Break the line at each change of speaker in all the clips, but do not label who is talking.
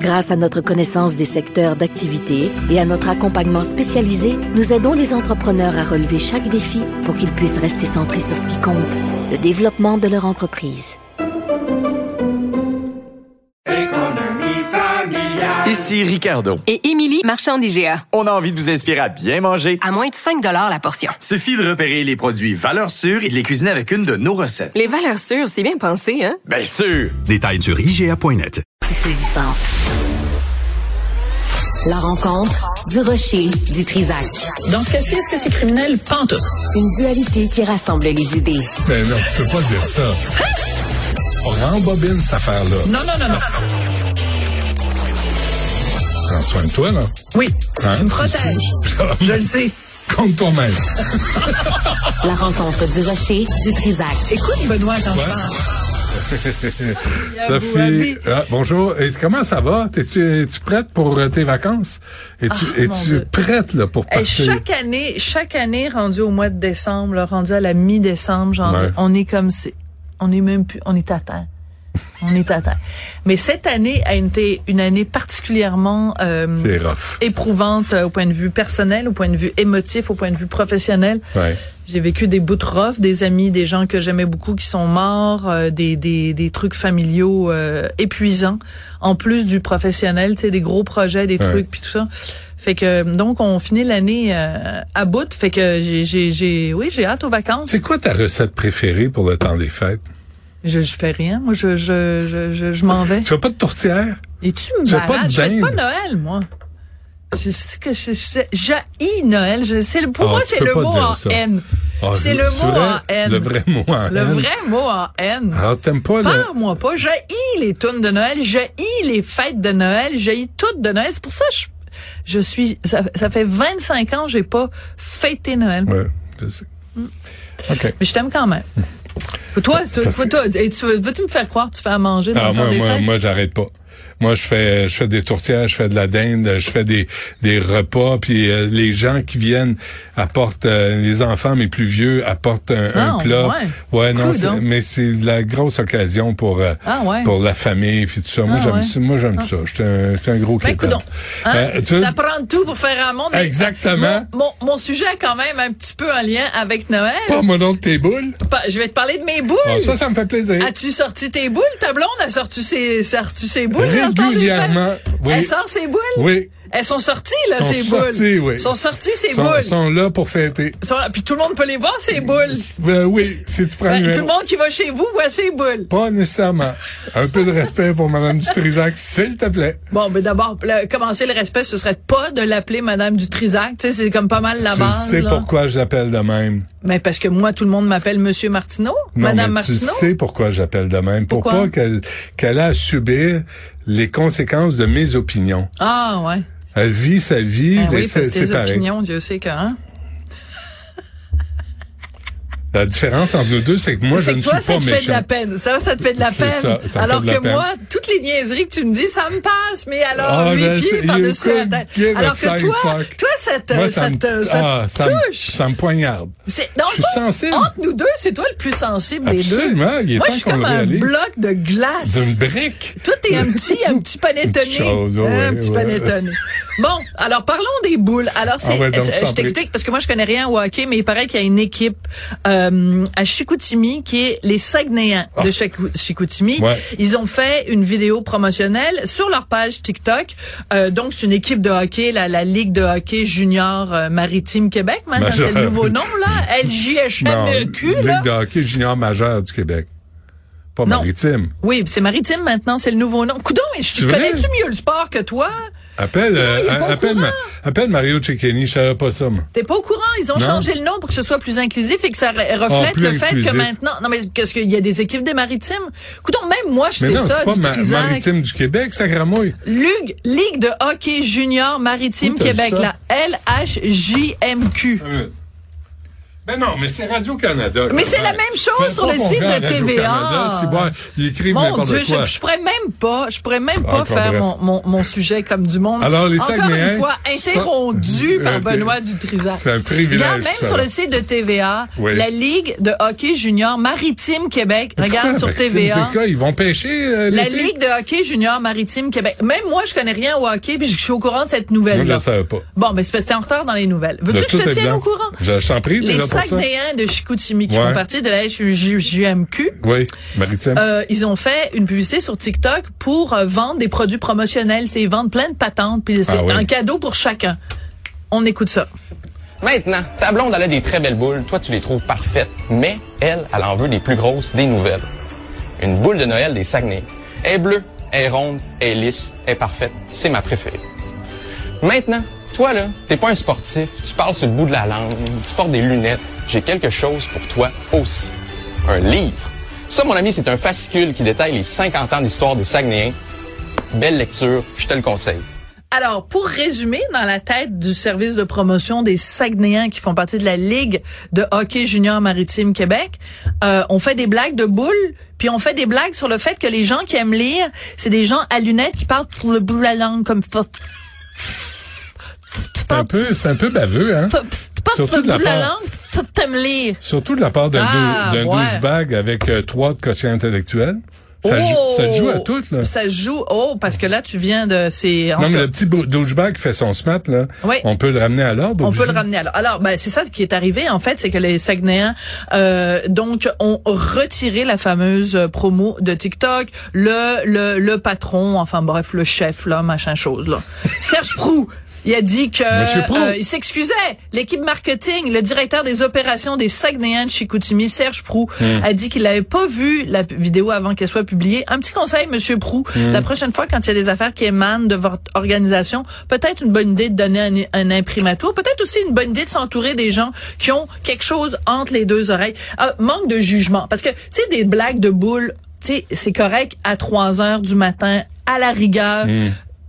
Grâce à notre connaissance des secteurs d'activité et à notre accompagnement spécialisé, nous aidons les entrepreneurs à relever chaque défi pour qu'ils puissent rester centrés sur ce qui compte, le développement de leur entreprise.
Ici Ricardo.
Et Émilie, marchand d'IGA.
On a envie de vous inspirer à bien manger.
À moins de 5 la portion.
Suffit de repérer les produits valeurs sûres et de les cuisiner avec une de nos recettes.
Les valeurs sûres, c'est bien pensé, hein?
Bien sûr!
Détails sur IGA.net.
C'est saisissant. La rencontre du rocher du Trisac.
Dans ce cas-ci, est-ce que c'est criminel? Pente.
Une dualité qui rassemble les idées.
Mais Ben, non, tu peux pas dire ça. On rembobine cette affaire-là.
Non, non, non, non.
Prends soin de toi, là.
Oui,
Hein,
tu me
tu
protèges. Je le sais.
Compte toi-même.
La rencontre du rocher du Trisac.
Écoute, Benoît, quand je parle.
Sophie, ah, bonjour. Et comment ça va? Es-tu, es-tu prête pour euh, tes vacances? Es-tu,
Ah, mon
es-tu
Dieu.
prête là, pour
Hey,
partir?
chaque année, chaque année, rendu au mois de décembre, là, rendu à la mi-décembre, genre,
Ouais.
on est comme si, on est même plus, on est à terre. On est à terre. Mais cette année a été une année particulièrement euh,
C'est rough.
éprouvante euh, au point de vue personnel, au point de vue émotif, au point de vue professionnel.
Ouais.
J'ai vécu des bouts de rough, des amis, des gens que j'aimais beaucoup qui sont morts, euh, des, des, des trucs familiaux euh, épuisants, en plus du professionnel, tu sais, des gros projets, des
Ouais.
trucs, puis tout ça. Fait que, donc, on finit l'année euh, à bout. Fait que j'ai, j'ai, j'ai- oui, j'ai hâte aux vacances.
C'est quoi ta recette préférée pour le temps des fêtes?
Je, je fais rien. Moi, je, je, je, je, je m'en vais.
Tu veux pas de tourtière?
Es-tu
Tu as pas
malade?
de
Je fête pas
dinde.
Noël, moi. C'est c'est que je- je- j'haïs Noël. Je- c'est le- pour
Ah,
moi,
tu
c'est
peux
le
pas
mot
dire
en
ça.
haine.
Ah,
C'est
je-
le
c'est
mot
vrai?
en haine.
Le vrai mot en
Le
haine.
vrai mot en haine.
Alors, t'aimes pas le...
Parle-moi pas. J'ai les tunes de Noël, j'ai les fêtes de Noël, j'ai tout de Noël. C'est pour ça que je, je suis. Ça, ça fait 25 ans que j'ai pas fêté Noël.
Ouais, je sais.
Mm.
OK.
Mais je t'aime quand même. toi, c'est-
Parce-
toi, toi, et tu veux- veux-tu me faire croire que tu fais à manger dans
Ah,
le temps
moi,
des
moi,
fêtes?
moi, j'arrête pas. Moi, je fais, je fais des tourtières, je fais de la dinde, je fais des, des repas, puis euh, les gens qui viennent apportent, euh, les enfants, mes plus vieux, apportent un, un
Ah,
plat.
ouais.
non,
Cool,
c'est-
donc.
mais c'est de la grosse occasion pour, euh,
Ah, ouais.
pour la famille, puis tout ça. Moi,
Ah,
j'aime
ouais.
ça. Moi, j'aime ça. J'étais un, j'étais un gros
Ben,
quétaine.
coudonc, hein?
Euh, tu veux-
ça prend de tout pour faire un monde. mais- euh,
Exactement.
Mon, mon, mon sujet a quand même un petit peu un lien avec Noël.
Pas mon nom de tes boules.
Pa- Je vais te parler de mes boules.
Ah, ça, ça me fait plaisir.
As-tu sorti tes boules? Ta blonde a sorti ses, sorti ses boules? dans le temps des fêtes?
Régulièrement. Oui.
Elle sort ses boules?
Oui.
Elles sont sorties, là,
Sont
ces
sortis,
boules.
oui.
Sont sorties, ces
Sont-
boules.
sont là pour fêter.
Sont là. Puis tout le monde peut les voir, ces boules.
Ben oui, si tu prends
Ben,
le
tout le monde qui va chez vous voit ces boules.
Pas nécessairement. Un peu de respect pour Madame Dutrisac, s'il te plaît.
Bon, mais d'abord, le- commencer le respect, ce serait pas de l'appeler Madame du Trisac. Tu sais, c'est comme pas mal la
tu
base.
sais
Ah là.
pourquoi j'appelle de même.
Mais parce que moi, tout le monde m'appelle Monsieur Martineau,
Non,
Madame
mais tu
Martineau.
sais pourquoi j'appelle de même. Pour
Pourquoi?
pas qu'elle qu'elle a à subir les conséquences de mes opinions.
Ah, ouais.
Elle vit sa vie,
Ben
et
oui, parce
c'est
que
c'est
tes
pareil.
opinions, Dieu sait que, hein.
La différence entre nous deux, c'est que moi, je
c'est
ne
que toi,
suis
ça
pas
te fait de la
méchant.
peine. Ça, ça te fait de la
C'est
peine.
ça, ça me
alors
fait de la
que
peine.
moi, toutes les niaiseries que tu me dis, ça me passe. Mais alors,
Ah,
lui,
ben,
pied
c'est-
par-dessus
you
la
could
tête.
give a
Alors que
flying
toi,
fuck.
toi, ça te,
Moi,
ça
me-
te- ça
ah,
te
ça me-
touche.
ça me poignarde.
C'est, dans
Je suis
le fond,
sensible.
entre nous deux, c'est toi le plus sensible des
Absolument, il
deux.
est
Moi,
temps
je suis
qu'on
comme
le
un
réalise.
bloc de glace.
D'une brique.
Toi, t'es un petit, un petit
Une
panettonier.
petite chose, ouais,
Hein, un petit
ouais.
panettonier. Bon, alors parlons des boules. Alors, c'est,
Ah ouais, donc,
je-
je t'en
je t'explique parce que moi, je connais rien au hockey, mais il paraît qu'il y a une équipe euh, à Chicoutimi qui est les Saguenayens de Chicou- Chicoutimi.
Ah. Ouais.
Ils ont fait une vidéo promotionnelle sur leur page TikTok. Euh, donc, c'est une équipe de hockey, la, la Ligue de hockey junior euh, maritime Québec. Maintenant,
Major.
c'est le nouveau nom, là.
Non,
LJHMQ, E là.
Ligue de hockey junior majeure du Québec. Pas
Non.
maritime.
Oui, c'est maritime maintenant, c'est le nouveau nom. Coudon, je
C'est vrai?
connais-tu mieux le sport que toi?
Appelle, euh,
il est pas au
appelle,
courant.
Ma- appelle Mario Cecchini, je savais pas ça, moi.
T'es pas au courant, ils ont
Non. Oh,
changé le nom pour que ce soit plus inclusif et que ça re- reflète
plus
le fait
inclusif.
que maintenant. Non, mais parce qu'il y a des équipes des maritimes. Coudon, même moi, je
Mais
sais
non,
ça,
c'est pas
du
ma-
Trisac.
Maritime du Québec, ça gramouille.
Lugue- Ligue de hockey junior maritime
Où t'as
Québec,
vu ça?
la LHJMQ.
Ben non, mais c'est Radio-Canada.
Mais c'est la même chose sur le site de TVA.
Ils écrivent
Mon
n'importe
Dieu, je,
quoi.
je pourrais même pas, je pourrais même pas
Encore
faire
bref.
mon, mon, mon sujet comme du monde.
Alors, les
Encore
Saguenayens
une fois,
sont-
interrompu
Euh,
par Benoît Dutrisac.
c'est un privilège,
Regarde, même
ça.
sur le site de TVA,
Oui.
la Ligue de hockey junior maritime Québec,
Mais
regarde
pourquoi,
sur
Maxime,
TVA.
Ben, c'est quoi, ils vont pêcher euh,
La
l'été?
Ligue de hockey junior maritime Québec. Même moi, je connais rien au hockey, puis je suis au courant de cette
Moi, je Ben,
nouvelle-là.
le savais pas.
Bon, mais c'est parce que t'es en retard dans les nouvelles.
De
Veux-tu que je te
toute
tienne au
évidence.
courant?
Je je t'en prie, t'es
Les
là pour ça.
Saguenayens de Chicoutimi qui
Ouais.
font partie de la HJMQ,
Oui, maritime.
euh, ils ont fait une publicité sur TikTok pour euh, vendre des produits promotionnels. C'est ils vendent plein de patentes, puis c'est
Ah oui.
un cadeau pour chacun. On écoute ça.
Maintenant, ta blonde, elle a des très belles boules. Toi, tu les trouves parfaites. Mais elle, elle en veut des plus grosses des nouvelles. Une boule de Noël des Saguenay. Elle est bleue, elle est ronde, elle est lisse, elle est parfaite. C'est ma préférée. Maintenant, toi, là, t'es pas un sportif. Tu parles sur le bout de la langue. Tu portes des lunettes. J'ai quelque chose pour toi aussi. Un livre. Ça, mon ami, c'est un fascicule qui détaille les 50 ans d'histoire des Saguenayens. Belle lecture, je te le conseille.
Alors, pour résumer, dans la tête du service de promotion des Saguenayens qui font partie de la Ligue de hockey junior maritime Québec, euh, on fait des blagues de boules, puis on fait des blagues sur le fait que les gens qui aiment lire, c'est des gens à lunettes qui parlent sur le bout de la langue comme ça. Tu
C'est un
parles-
peu, c'est un peu baveux, hein?
tu parles sur
Surtout
le
de la
bout de la
part-
langue, ça t'aimes lire.
Surtout de la part d'un
Ah,
dou- d'un
ouais.
douchebag avec euh, trois de quotient intellectuel. Ça,
Oh!
joue, ça joue à toutes, là.
Ça se joue, oh, parce que là, tu viens de, c'est, en
Non,
tout
mais
cas,
le petit bou- douchebag qui fait son smat, là.
Oui.
On peut le ramener à l'ordre.
on
obligé.
peut le ramener. Alors, alors ben, c'est ça qui est arrivé, en fait, c'est que les Saguenayens, euh, donc, ont retiré la fameuse euh, promo de TikTok, le, le, le patron, enfin, bref, le chef, là, machin chose, là. Serge Prou! Il a dit que
Monsieur Proulx.
euh, il s'excusait. L'équipe marketing, le directeur des opérations des Saguenayens de Chicoutimi, Serge Prou,
Hmm.
a dit qu'il n'avait pas vu la p- vidéo avant qu'elle soit publiée. Un petit conseil, Monsieur Prou,
Hmm.
la prochaine fois quand il y a des affaires qui émanent de votre organisation, peut-être une bonne idée de donner un, un imprimatur, peut-être aussi une bonne idée de s'entourer des gens qui ont quelque chose entre les deux oreilles. Ah, manque de jugement, parce que tu sais des blagues de boules, tu sais c'est correct à 3 heures du matin à la rigueur.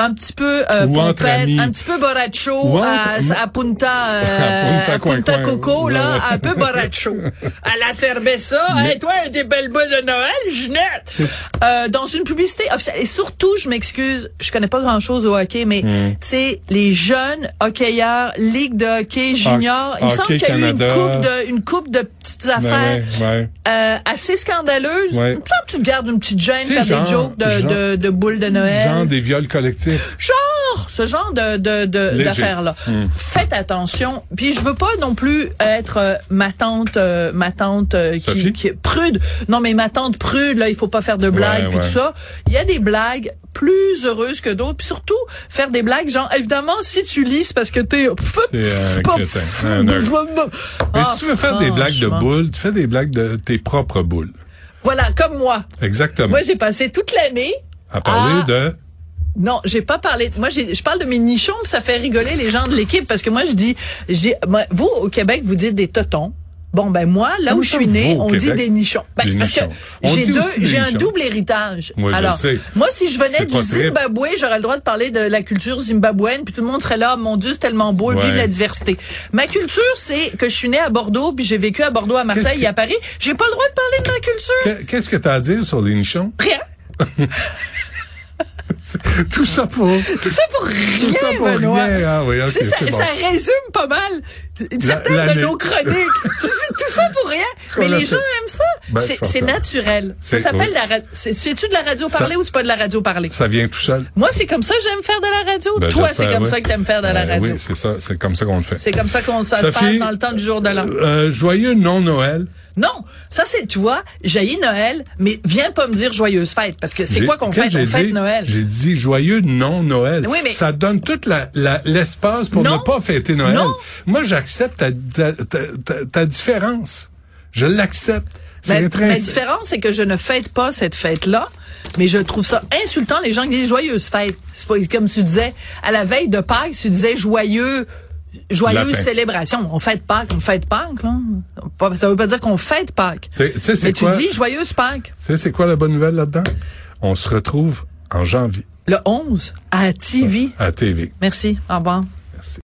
Un petit peu euh,
Hmm. Ou entre
pompette,
amis.
un petit peu borracho
Ou
à,
entre-
à Punta, euh,
À Punta
à Punta
Coin-Coin.
Coco, là,
Ouais.
un peu borracho. à la cerveza, hey, toi, des belles boules de Noël, Ginette! Euh, dans une publicité officielle, et surtout, je m'excuse, je connais pas grand-chose au hockey, mais,
Hmm.
tu sais, les jeunes hockeyeurs, Ligue de hockey junior, il me
Hockey
semble qu'il y a eu une
Canada.
coupe, de, une coupe de petites
Ben
affaires
ouais, ouais.
euh, assez scandaleuses.
Ouais.
Il me semble que tu te gardes une petite gêne,
Tu sais,
faire
genre-
des jokes de,
genre-
de, de boules de Noël
Genre des viols collectifs.
genre Oh, ce genre de de de-
Léger. Hmm.
d'affaires là. Faites attention. Puis je veux pas non plus être euh, ma tante euh, ma tante euh, qui,
Sophie?
qui est prude. Non mais ma tante prude là, il faut pas faire de blagues
Ouais,
puis
ouais.
tout ça. Il y a des blagues plus heureuses que d'autres puis surtout faire des blagues genre évidemment si tu lis c'est parce que t'es
T'es un crétin, un Mais si tu veux faire des blagues de
Oh, Ah, franchement.
boules, tu fais des blagues de tes propres boules.
Voilà, comme moi.
Exactement.
Moi j'ai passé toute l'année
à parler
Ah.
de...
Non, j'ai pas parlé. Moi, j'ai- je parle de mes nichons, puis ça fait rigoler les gens de l'équipe parce que moi, je dis, j'ai, moi, vous au Québec, vous dites des totons. Bon, ben moi, là
Comment
où je
ça,
suis né,
vous, au
on dit
Québec?
des nichons. Ben,
Des
c'est parce que
nichons. On
j'ai
dit
deux,
aussi des
j'ai un
nichons.
double héritage.
Moi, je
Alors,
sais.
moi, si je venais
C'est
du
pas terrible.
Zimbabwe, j'aurais le droit de parler de la culture zimbabwéenne, puis tout le monde serait là, mon Dieu, c'est tellement beau,
Ouais.
vive la diversité. Ma culture, c'est que je suis né à Bordeaux, puis j'ai vécu à Bordeaux, à Marseille
Qu'est-ce
et à Paris. J'ai pas le droit de parler de ma culture.
Que- Qu'est-ce que t'as à dire sur les nichons?
Rien.
Tout ça pour...
Tout ça pour rien,
Tout ça pour
Benoît.
rien. Ah oui, ok,
Tu sais, ça,
c'est bon.
ça résume pas mal certaines de
l'année.
nos chroniques. C'est tout ça pour rien.
qu'on
Mais
a
les
fait.
gens aiment ça.
Ben,
C'est-
je pense
c'est
que-
naturel. Ça
C'est-
s'appelle
oui.
la radio. C'est-tu de la radio parlée ou c'est pas de la radio parlée?
Ça vient tout seul.
Moi, c'est comme ça que j'aime faire de la radio.
Ben,
Toi,
j'espère,
c'est comme
oui.
ça que t'aimes faire de la
Euh,
radio.
Oui, c'est ça. C'est comme ça qu'on le fait.
C'est comme ça qu'on ça se passe
Sophie,
dans le temps du jour de l'an.
Euh, joyeux non-Noël.
Non, ça c'est toi, jaillit Noël, mais viens pas me dire joyeuse fête parce que c'est
J'ai-
quoi qu'on
quand
fait
j'ai
On fête
dit-
Noël.
J'ai dit joyeux non-Noël.
Oui, mais-
Ça donne tout l'espace la, l'espace pour
Non.
ne pas fêter Noël.
Non.
Moi, j'accepte ta, ta- ta- ta- ta différence. Je l'accepte.
Ma,
C'est
ma Ben,
intrinsèque.
différence, c'est que je ne fête pas cette fête-là. Mais je trouve ça insultant, les gens qui disent joyeuses fêtes. C'est pas, comme tu disais, à la veille de Pâques, tu disais joyeux, joyeuse
Lapin.
célébration. On fête Pâques, on fête Pâques, là. Pas- Ça veut pas dire qu'on fête Pâques.
Tu sais- tu sais, c'est
Mais
quoi?
tu dis joyeuse Pâques.
Tu sais, c'est quoi la bonne nouvelle là-dedans? On se retrouve en janvier
Le 11, à TV.
à TV.
Merci. Au revoir.